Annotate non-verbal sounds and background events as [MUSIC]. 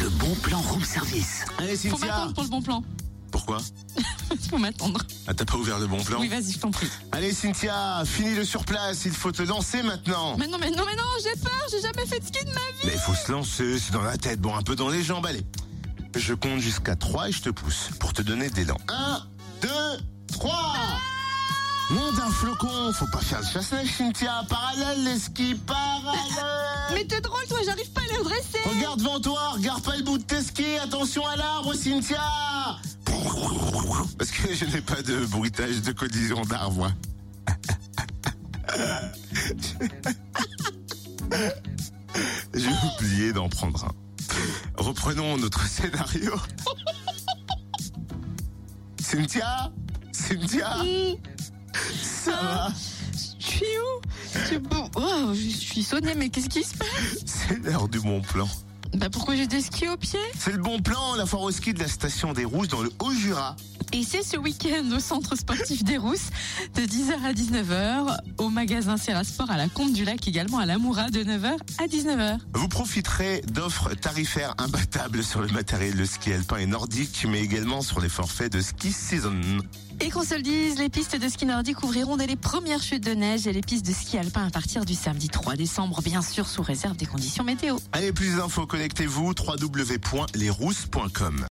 Le bon plan room service. Allez, Faut m'attendre Cynthia pour le bon plan. [LAUGHS] Pourquoi Faut m'attendre. Ah, t'as pas ouvert le bon plan Oui, vas-y, je t'en prie. Allez, Cynthia, finis le sur place, il faut te lancer maintenant Mais non, mais non, mais non, j'ai peur, j'ai jamais fait de ski de ma vie. Mais il faut se lancer, c'est dans la tête, bon, un peu dans les jambes, allez. Je compte jusqu'à 3 et je te pousse pour te donner des dents. 1, 2, 3 Monde d'un flocon, faut pas faire le chasse-neige, Cynthia. Parallèle, les skis, parallèle Mais t'es drôle, toi, j'arrive pas à les redresser. Regarde devant toi, regarde pas le bout de tes skis, attention à l'arbre, Cynthia Parce que je n'ai pas de bruitage de collision d'arbre. moi. J'ai oublié d'en prendre un. Reprenons notre scénario. Cynthia Cynthia Mmh, Ça va je suis où je suis, bon- oh, je suis sonnée, mais qu'est-ce qui se passe C'est l'heure du bon plan. Bah pourquoi j'ai des skis aux pieds C'est le bon plan, la foire au ski de la station des Rouges dans le Haut-Jura. Et c'est ce week-end au centre sportif des Rousses, de 10h à 19h, au magasin Serrasport à la Combe du Lac, également à l'Amoura, de 9h à 19h. Vous profiterez d'offres tarifaires imbattables sur le matériel de ski alpin et nordique, mais également sur les forfaits de ski season. Et qu'on se le dise, les pistes de ski nordique ouvriront dès les premières chutes de neige et les pistes de ski alpin à partir du samedi 3 décembre, bien sûr sous réserve des conditions météo. Allez, plus d'infos, connectez-vous www.lesrousses.com.